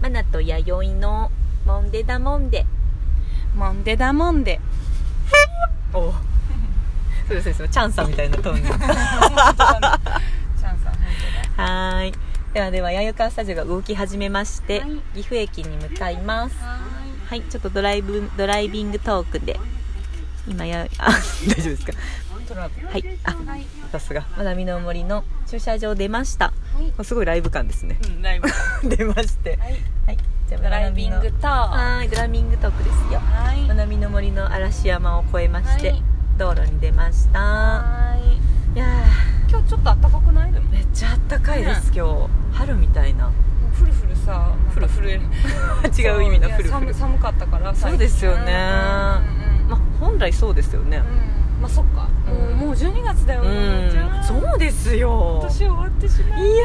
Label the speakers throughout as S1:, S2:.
S1: マナと弥生のモンデダモンデ
S2: モンデダモンデ
S1: おうそうですそうですチャンさんみたいなトーンで
S2: チャンさん本
S1: はーいではでは弥生川スタジオが動き始めまして、
S2: はい
S1: 岐阜駅に向かいます
S2: 当だ
S1: はいちょっとドライブドライビングトークで今やあ 大丈夫ですか
S2: トラブル
S1: はいあさすがまだみの森の駐車場出ました
S2: はい
S1: すごいライブ感ですね
S2: うんライブ
S1: 出まして
S2: はい
S1: はいじゃあ
S2: ドライビング
S1: まなみの
S2: とは
S1: はーいドライビングトークですよ
S2: い
S1: まなみの森の嵐山を越えまして、
S2: はい
S1: 道路に出ました
S2: はい
S1: いや
S2: 今日ちょっと暖かくないでも
S1: ーめっちゃあったかいです、今日春みたいな
S2: ふるふるさ
S1: ふるふ
S2: る
S1: 違う意味のフルフ
S2: 寒
S1: ル
S2: 寒かったから最近
S1: そうですよね
S2: うんうんうん
S1: まあ本来そうですよね
S2: うんまあそっか、
S1: う
S2: も
S1: ん
S2: うもう12月だよ、
S1: うん、
S2: めっちゃ
S1: そうですよ
S2: 年終わってしま
S1: いうや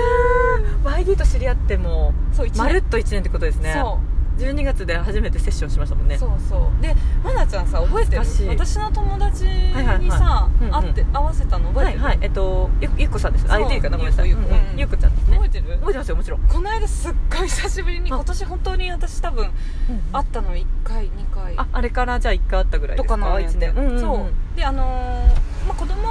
S1: ー YD と知り合っても
S2: そう一年
S1: まるっと1年ってことですね
S2: そ
S1: 12月で初めてセッションしましたもん
S2: う
S1: ね
S2: そうそうでまなちゃんさ覚えてる
S1: 懐かしい
S2: 私の友達
S1: はいはい
S2: にさ
S1: はいうんうん
S2: 会って会わせたの覚
S1: は
S2: えて
S1: い
S2: る、
S1: はいえっとゆゆっこさんです
S2: そう
S1: あ言っていいかなごめんなさい
S2: ゆっこゆっこ
S1: うんうん
S2: うん
S1: ゆっこちゃんですね
S2: 覚えてる
S1: 覚えてますよもちろん
S2: この間すっごい久しぶりに
S1: あ
S2: 今年本当に私多分
S1: あ
S2: 会ったの1回2回
S1: ああれからじゃあ1回あったぐらいで
S2: と
S1: すか
S2: かなんや
S1: 1
S2: て
S1: 年んんん
S2: そうであのーまあ、子供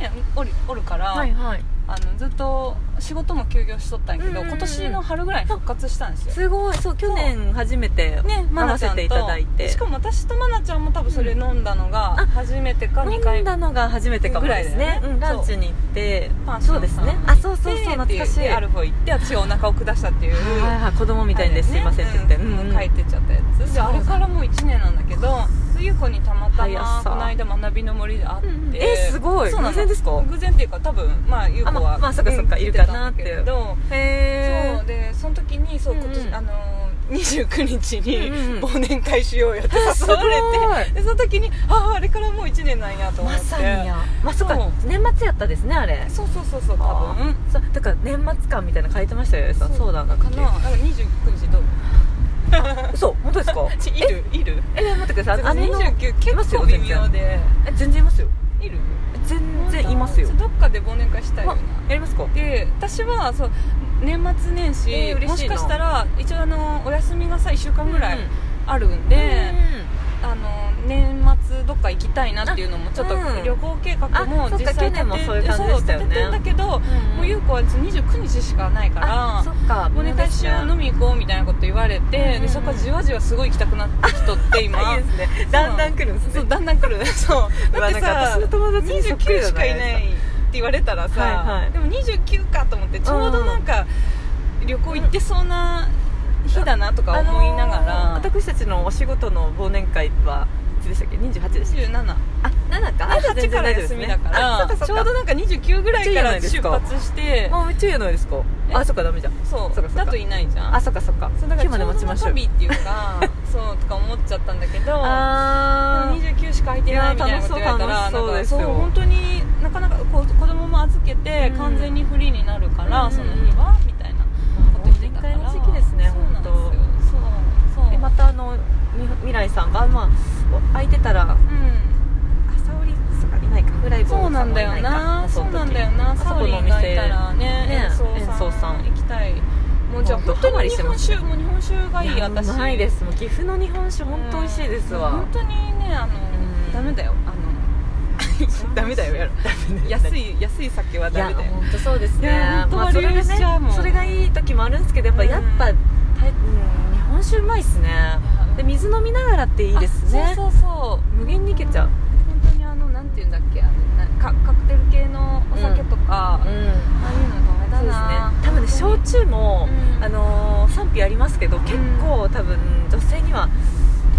S2: ねおるおるから、
S1: はいはい
S2: あのずっと仕事も休業しとったんやけど、
S1: うんうんうん
S2: 今年の春ぐらいに復活したんですよ
S1: すごいそう去年初めて
S2: ね、まなちゃんと
S1: 会わせていただいて
S2: しかも私とまなちゃんも多分それ飲んだのが
S1: うんあ
S2: 初めてか2
S1: 飲
S2: 回
S1: んだのが初めてかもです
S2: ぐらいだよ
S1: ね
S2: ね
S1: うんランチに行って
S2: パンショ
S1: そう
S2: ン
S1: です
S2: さんに
S1: ね
S2: 行って
S1: あそうそうそう懐かし
S2: って
S1: い
S2: うアルフォ行って私がお腹を下したっていう
S1: はいはい子供みたいにです、
S2: あれ
S1: すいませんって言って、
S2: うん帰ってっちゃったやつで
S1: そう
S2: あれからもう1年なんだけどゆう子にたまた
S1: 早
S2: ま
S1: さ
S2: この間学びの森で会って、
S1: うんうんえすごい
S2: そうなの
S1: 偶然ですか
S2: 偶然っていうか多分まあゆう子
S1: あまあ
S2: は
S1: まあそっかそっか
S2: うん
S1: いるかなって
S2: 来たんだけど
S1: へ
S2: そうでその時にそう
S1: うんうん
S2: 今年、あのー29日に
S1: うんうん
S2: 忘年会しようよって
S1: す
S2: 誘
S1: ごい
S2: われてでその時にあああれからもう1年なんやと思っ
S1: ま
S2: て
S1: さにやまあそっか
S2: そう
S1: 年末やったですねあれ
S2: そうそうそうそう多分
S1: そうだから年末感みたいなの書いてましたよ八重さんそうだな
S2: かなだから29日どう
S1: そう本当で すか
S2: ちいるいる
S1: え待ってくださいあの
S2: 29
S1: います
S2: 結
S1: よ
S2: 構微妙で
S1: え全然いますよ
S2: いる
S1: 全然いますよ
S2: どっかで忘年会したいよな、
S1: まやりますか
S2: で私はそう年末年始、
S1: えー嬉しいな
S2: もしかしたら一応あのお休みがさ1週間ぐらいあるんで、あの年末どっか行きたいなっていうのもちょっと
S1: うん
S2: 旅行計画も
S1: あそっか
S2: 実際立て
S1: 去年もそういう感じでしたよね
S2: そう立ててんだけど、
S1: んうん
S2: もうゆう子は29日しかないか
S1: あそ
S2: ら
S1: っか
S2: 忘年会しよう飲み行こうみたいなこと言われて、
S1: うんうんう
S2: で
S1: ん
S2: そこからじわじわすごい行きたくなってきとって今
S1: あ いいですねだんだん来るんですね
S2: そうだんだん来 るそうだって
S1: うわなんか
S2: さ
S1: 私の友達にそっくり
S2: 29
S1: だ
S2: し
S1: な
S2: かいないって言われたらさ
S1: はいはい
S2: でも29かと思ってちょうどなんか旅行行ってそうな日だなとか
S1: あのー
S2: 思いながら、
S1: 私たちのお仕事の忘年会はいつでしたっけ28でした
S2: 27
S1: あ7かあじゃ
S2: 8か
S1: あ全然
S2: ら
S1: 大丈夫です
S2: 休み
S1: ね
S2: だか
S1: あそっ
S2: ら
S1: か
S2: ち
S1: そ
S2: ょ
S1: っ
S2: うど
S1: か
S2: なんか29ぐらいから出発して
S1: もう宇宙やないですか
S2: え
S1: あそっかダメじゃん
S2: そう
S1: そっかそっか
S2: だといないじゃん
S1: あそっかそっか
S2: そうだから
S1: 今日まで待ちましょう
S2: 旅っていうかそうとか思っちゃったんだけど
S1: あー
S2: でも29しか空いてないみたいなこと言われたら
S1: いやー楽しそう
S2: なん
S1: 楽
S2: か
S1: しそうですよ
S2: 本当になかなかこう子供も預けて
S1: うん
S2: 完全にフリーになるから、
S1: うん
S2: その日はみたいなこと言ってたから
S1: 忘年会の時期ですね
S2: そうなんですよそ
S1: 本
S2: うそう
S1: えまたあのみ未来さんがまあお空いてたら
S2: うん
S1: 朝織とかいないかフライボー
S2: そうなんだよな
S1: さ
S2: そ
S1: ん
S2: う
S1: もいいか
S2: なんだよな
S1: あそ
S2: サ
S1: こ
S2: オリ
S1: のお
S2: ン
S1: 店
S2: がいたらね
S1: ね
S2: 演奏
S1: 演奏さ
S2: さ
S1: ん
S2: ん行きたいもうじゃあ
S1: ほんと
S2: 本当
S1: ハマり
S2: に
S1: し
S2: 日
S1: てま
S2: 本
S1: す
S2: 酒もう日本酒がいい
S1: や
S2: 私
S1: うまいですもう岐阜の日本酒本当美味しいですわ、
S2: うん本当にねあの、
S1: ん
S2: ダメだよあの
S1: ダメだよやろ
S2: 安
S1: い
S2: い安い酒はいダ
S1: や
S2: メだよ
S1: 本当そうです
S2: い
S1: ね
S2: やほんと
S1: それが
S2: 悪酔いしちゃうも
S1: ね
S2: ん
S1: それがいい時もあるんですけどやっ
S2: う
S1: ぱ、
S2: ん
S1: やっぱたいうん日本酒うまいっすねで水飲みながらっていいですね
S2: あそうそうそう
S1: 無限にいけちゃう
S2: 本当にあのなんていうんだっけあのなカカクテル系のお酒とか、
S1: うん
S2: ああいうのダメだ
S1: そうですね
S2: な
S1: 多分ね焼酎も、
S2: うん
S1: あのー賛否ありますけど結構多分女性には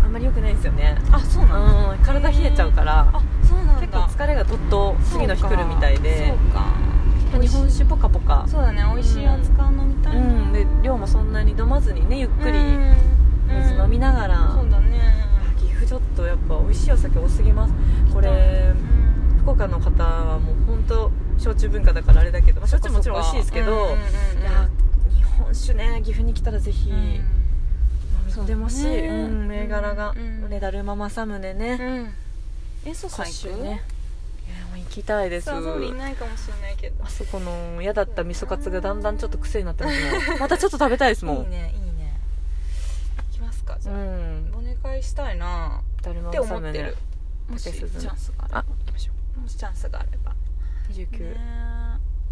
S1: あんまり良くないんですよね
S2: あそうなの
S1: うん体冷えちゃうから
S2: あそうなんだ
S1: 結構疲れがどっと次の日来るみたいで
S2: そうか
S1: 日本酒ポカポカ
S2: そうだね美味しいおつか飲みたいな、
S1: うん、で量もそんなに飲まずにねゆっくり
S2: うん
S1: 水飲みながら、
S2: そうだね
S1: 岐阜ちょっとやっぱ美味しいお酒多すぎますこれ
S2: うん
S1: 福岡の方はもう本当焼酎文化だからあれだけど、まあ、焼酎もちろん美味しいですけど、
S2: うんうんうんうん
S1: いや日本酒ね岐阜に来たらぜひ、飲んでほしい、
S2: そうね
S1: うん銘柄が、
S2: うん
S1: ねだるま政宗
S2: う
S1: ね、
S2: んえそうさん行
S1: 歌手
S2: く
S1: ねいやもう行きたいです
S2: サゾリいないかもしれないけど
S1: あそ この嫌だった味噌カツがだんだんちょっと癖になってますねまたちょっと食べたいですもん
S2: いいねいいねじ
S1: う
S2: ゃあ、
S1: ん
S2: 忘年会したいな
S1: 誰も
S2: って思
S1: 収
S2: っ
S1: め
S2: て
S1: ない
S2: るもしチ
S1: 竹鈴
S2: ャンスがあればもしチャンスがあれば
S1: 29、
S2: ね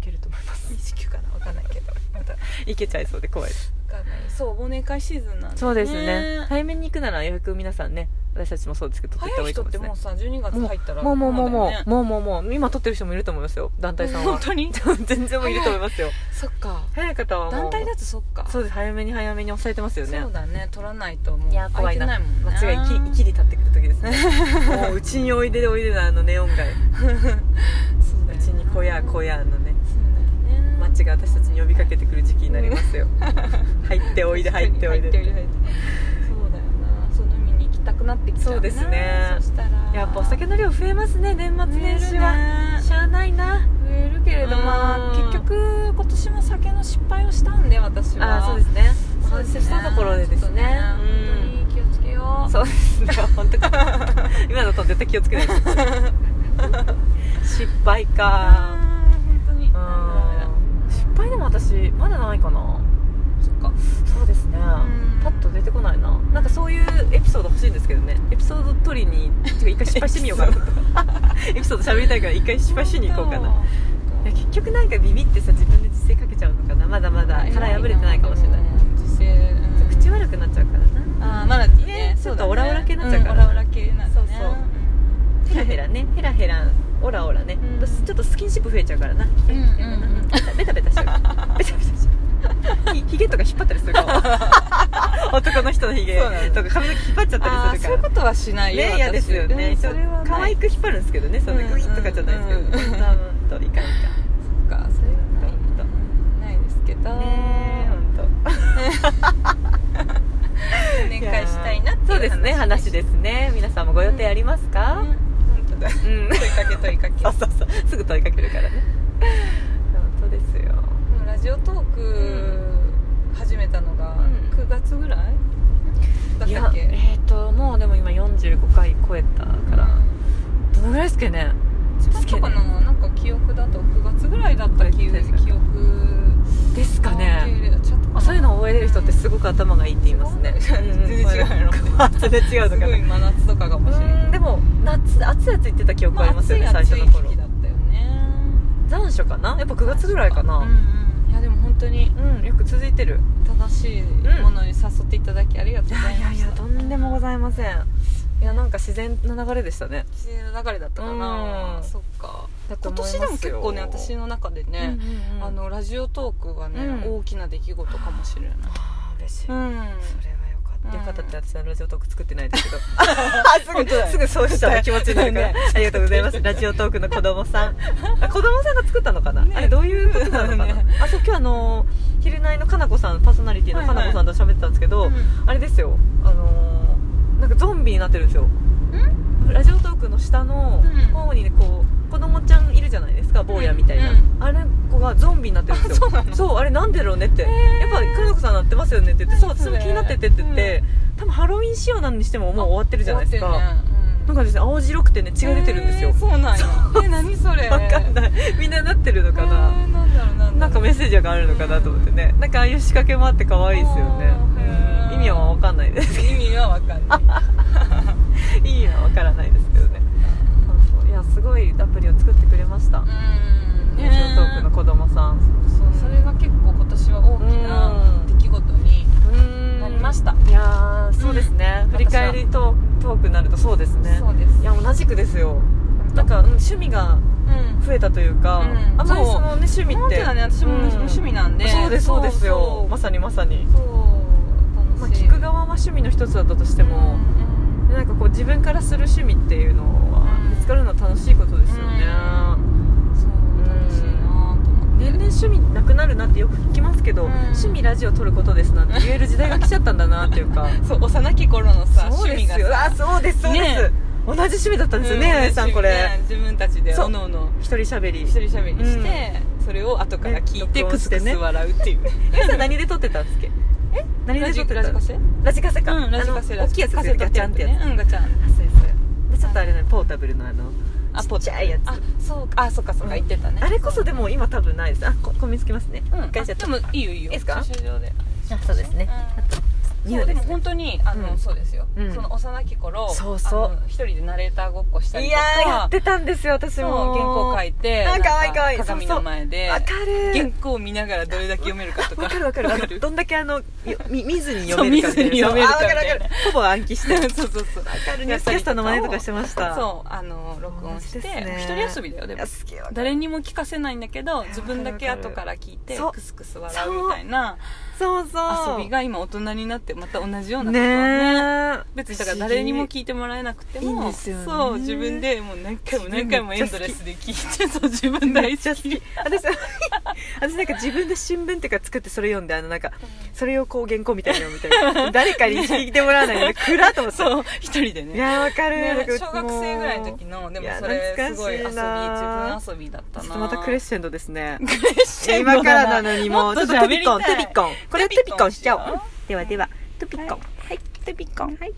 S1: いけると思います
S2: 29かなわかんないけどまたわ
S1: いけちゃいそうで怖いです
S2: かんないそう忘年会シーズンなんで
S1: そうですね早めに行くなら予約皆さんね私たちもそうですけど取って
S2: 早
S1: い
S2: い
S1: った
S2: 人
S1: 方
S2: って
S1: がいいかも
S2: もう
S1: し
S2: さ12月
S1: れな
S2: 入
S1: い
S2: ったら
S1: もうもうもうも
S2: なんだよ
S1: う
S2: ね
S1: もうもうもう今取ってる人もいると思いますよ団体さんは
S2: 本当に
S1: 全然もういると思いますよ
S2: そっか
S1: 早い方はもう
S2: 団体だとそっか
S1: そうです早めに早めに押さえてますよね
S2: そうだね取らないともう
S1: いや怖
S2: 空い
S1: い
S2: て
S1: な
S2: ないもんね
S1: 間違いききり立ってくる時です ねもううちにおいででおいでのあのネオン街
S2: そうだよ
S1: う
S2: ね
S1: ちに小屋小屋のね
S2: そうだよね
S1: 街が私たちに呼びかけてくる時期にな りますよ入っておいで入っておい
S2: 入
S1: で
S2: っておいでそうだよなその海に行きたくなってきちゃうな
S1: そうですね
S2: そしたら
S1: やっぱお酒の量増えますね年末年始は、
S2: は
S1: しゃあないな
S2: 増えるけれど
S1: うん
S2: まあ結局今年も酒の失敗をしたんで私は
S1: あそうですね
S2: そう
S1: 反
S2: です
S1: 省
S2: ね
S1: したところでです
S2: ちょっと
S1: ね
S2: ね本当に気をつけよ
S1: うん
S2: う
S1: そうですね 本当か今だと絶対気をつけないと失敗か
S2: あー本当に
S1: うん失敗でも私まだないかな
S2: そっか
S1: そうですね
S2: ん
S1: パッと出てこないななんかそういうエピソード欲しいんですけどねエピソード取りにてか一回失敗してみよ うかなエピソード喋りたいから一回失敗しに行こうかないや結局なんかビビってさ自分で自制かけちゃうのかなまだまだ殻破れてないかもしれない
S2: 自制
S1: 口悪くなっちゃうからな
S2: あーマナティーね
S1: ね
S2: そうだ
S1: ちょっと
S2: ね
S1: オラオラ系になっちゃうから
S2: んオラオラ系なんだね
S1: そうそうヘラヘラねヘラヘラオラオラね、
S2: うん
S1: ちょっとスキンシップ増えちゃうからな、
S2: うんうんうん
S1: ベタベタしちゃうベタベタしちゃうひひげとか引っ張ったりするかも男の人のひげ
S2: そうなの
S1: とか髪の毛引っ張っちゃった
S2: あ
S1: り
S2: ー
S1: す
S2: そう
S1: る
S2: い
S1: か
S2: う
S1: ら
S2: ことはしないよ
S1: ね嫌ですよね、
S2: 私うん
S1: ちょ
S2: それはない
S1: 可愛く引っ張るんですけどねその
S2: うんうん
S1: グイッとかじゃないですけど、
S2: うん
S1: 多分といかんい
S2: そっかそれはないな
S1: かん
S2: いですけど
S1: とねえ本当
S2: 忘年会したいなっていう
S1: そうですね話ですね皆さんもご予定ありますか、
S2: ね本当だ
S1: う
S2: 問い
S1: ん
S2: かけ問いかけ
S1: そうそうそうすぐ問いかけるからね本当ですよ
S2: もうラジオトーク始めたのが
S1: うん
S2: 9月ぐらいだったっ
S1: いや
S2: け
S1: えっ、ともうでも今45回超えたから、どのぐらいですかね
S2: 違ったかななんか記憶だと9月ぐらいだった記憶記憶
S1: ですかねあそういうの覚えれる人ってすごく頭がいいって言いますね
S2: すごい
S1: ん
S2: 全然違うやろ
S1: 全然違う
S2: す
S1: のか
S2: ごい
S1: な
S2: 真夏とかが
S1: う
S2: 欲しい
S1: ーんでも夏暑い暑いって言ってた記憶ありますよね、
S2: 暑
S1: 最
S2: い暑
S1: 初の
S2: い
S1: 頃
S2: 時期だったよね
S1: 残暑かなやっぱ9月ぐらいか
S2: うん
S1: な
S2: うんいやでも本当に
S1: うん、よく続いてる
S2: 正しいものに誘っていただきありがとう
S1: い
S2: ござ
S1: や
S2: い
S1: いや
S2: ま
S1: い
S2: した
S1: やとんでもございませんいやなんか自然の流れでしたね
S2: 自然の流れだったかな
S1: うん
S2: そっか
S1: だと
S2: 今
S1: 思いま
S2: 年
S1: すよ
S2: でも結構ね私の中で
S1: うん
S2: ね、
S1: うんうん
S2: あのラジオトークがね、
S1: うん
S2: 大きな出来事かもしれない
S1: あー嬉しい、
S2: うん
S1: それはよかった、
S2: うん
S1: よかったって私のラジオトーク作ってないですけどす
S2: 本当だよ
S1: ぐすぐそうしたね気持ちになるから、
S2: ね
S1: ありがとうございますラジオトークの子供さん あ子供さんが作ったのかな、あれどういうことなの かな、
S2: ね
S1: あそう今日あの「昼ないのかなこさんパーソナリティのかなこさんと喋ってたんですけど、
S2: はいはいうん
S1: あれですよあのーなんかゾンビになってるんですよラジオトークの下の
S2: うん
S1: 方にねこう子供ちゃんいるじゃないですか坊やみたいな、
S2: うんうん
S1: あれ子がゾンビになってるんですよ
S2: あそうなの
S1: あれなんでだろうねって、やっぱ「かなこさんなってますよね」って言って「そう
S2: 何
S1: 私
S2: それ
S1: も気になってて」って言って、多分ハロウィン仕様なのにしてももう終わってるじゃないですか、
S2: 終わってるねうん
S1: なんかですね青白くてね血が出てるんですよ、
S2: えーそうなんやえ何それ
S1: わかんないみんななってるのかな、
S2: えーなんだろうなんだろう
S1: なんかメッセージがあるのかなと思ってねなんかああいう仕掛けもあって可愛いですよね
S2: あーへー
S1: 意味は分かんないです
S2: 意味はわかんない
S1: 意味は分からないですけどねそうそういやすごいアプリを作ってくれました、
S2: うん
S1: ラジオトークの子供さん
S2: そうそれが結構今年は大きな出来事に
S1: うん
S2: なりました
S1: いやーそうですね、振り返りトートークになるとそうですね
S2: そうです
S1: いや同じくですよなんか、うん、趣味が
S2: うん
S1: 増えたというか、
S2: うん
S1: あまり
S2: そう
S1: そのね趣味って
S2: 本当だね私も
S1: うん
S2: 無趣味なんで
S1: そうですそうですよま
S2: そう
S1: さにまさに、
S2: そう
S1: まあ、
S2: 楽しい
S1: 聞く側は趣味の一つだったとしても、
S2: うん
S1: なんかこう自分からする趣味っていうのは
S2: うん
S1: 見つかるのは楽しいことですよね、
S2: うんそう楽しいなと思って
S1: 年々趣味なくなるなってよく聞きますけど、
S2: うん
S1: 趣味ラジオ撮ることですなん て言える時代が来ちゃったんだなっていうか
S2: そう幼き頃のさ
S1: そう
S2: 趣味
S1: で
S2: が
S1: すよ
S2: さ
S1: あそうですそうです、
S2: ね
S1: 同じ趣味だったんですよね、あやさんこれ、
S2: ね自分たちで
S1: そう
S2: おのおの
S1: 一人しゃべり
S2: 一人喋りして、それを後から聞いて
S1: ね
S2: ク
S1: 録音
S2: ス
S1: し
S2: ク
S1: て
S2: ス
S1: ね
S2: 笑うっていう
S1: 皆さん何で撮ってたんですっけえ何で撮ってた
S2: ラジカセ
S1: ラジカセか、
S2: うんラジカセ
S1: あの大きいやつ
S2: カ
S1: で
S2: セ
S1: すよ
S2: ット
S1: ガチャンってやつ、
S2: ねうんガチャン
S1: あそうですでちょっとあれねポータブルのあの
S2: あ
S1: ちっちゃいやつ
S2: あそうかあそうかそうか、
S1: う
S2: 言
S1: ん
S2: ってたね
S1: あれこそで
S2: も
S1: も今多分ないですあここ見つけますね、
S2: うん
S1: 一回じゃ
S2: あ
S1: あ
S2: でもいいよいいよ
S1: いいですか
S2: 駐車場で
S1: あそうですね
S2: うん
S1: ニ
S2: そ
S1: ア
S2: う
S1: で
S2: ですも
S1: ね
S2: 本当にあの、
S1: うん
S2: そうですよ、
S1: うん
S2: その幼き頃
S1: そうそう
S2: あの一人でナレーターごっこしたり
S1: い
S2: と
S1: や
S2: か
S1: ーやってたんですよ私
S2: そう
S1: も
S2: 原稿書
S1: い
S2: いて
S1: あかわいいかわいい
S2: なん鏡の前で
S1: わか
S2: 原
S1: る
S2: 稿を見ながらどれだけ読めるかとか
S1: わかるわかるあ
S2: わか
S1: の
S2: る
S1: どんだけあのよみ見ずに読めるかみたいな
S2: そう見ずに読めるかみたいな
S1: あわるわるほぼ暗記して
S2: そうそうそう
S1: ニュースキャスターの真似とかしてました
S2: そうあの録音して、
S1: 同じです
S2: 一
S1: ね
S2: 人遊びだよで
S1: い
S2: も
S1: や好きわかる
S2: 誰にも聞かせないんだけど自分だけ
S1: わかる
S2: 後から聞いて
S1: そう
S2: クスクス笑うみたいな
S1: そうそう
S2: 遊びが今大人になってまた同じようなことを
S1: ねえ
S2: 別にだから誰にも聞いてもらえなくても
S1: いいんですよね
S2: そう自分でもう何回も何回もエンドレスで聞いてそう自分
S1: め
S2: 大
S1: っちゃ
S2: 好
S1: 好
S2: き
S1: き私私なんか自分で新聞っていうか作ってそれ読んであのなんかそれをこう原稿みたいなのみたいな誰かに聞いてもらわないので暗と思って
S2: そう一人で
S1: い
S2: ね
S1: やわかる、
S2: ね
S1: なんか
S2: 小学生ぐらいの時のでも
S1: いや
S2: それ
S1: 懐かしいな
S2: すごい遊び自分遊びだった
S1: もうちょっ
S2: な
S1: とまたクレッシェンドですね
S2: クレッシ ェンド
S1: 今
S2: だ
S1: から
S2: な
S1: なのにもうちょっとト
S2: 喋
S1: ピ
S2: り
S1: コ
S2: た
S1: ン
S2: い
S1: トピコンこれはトピコンしちゃおう
S2: トピコンしよ
S1: ではではトピコン
S2: はいトピコン
S1: トピコンはい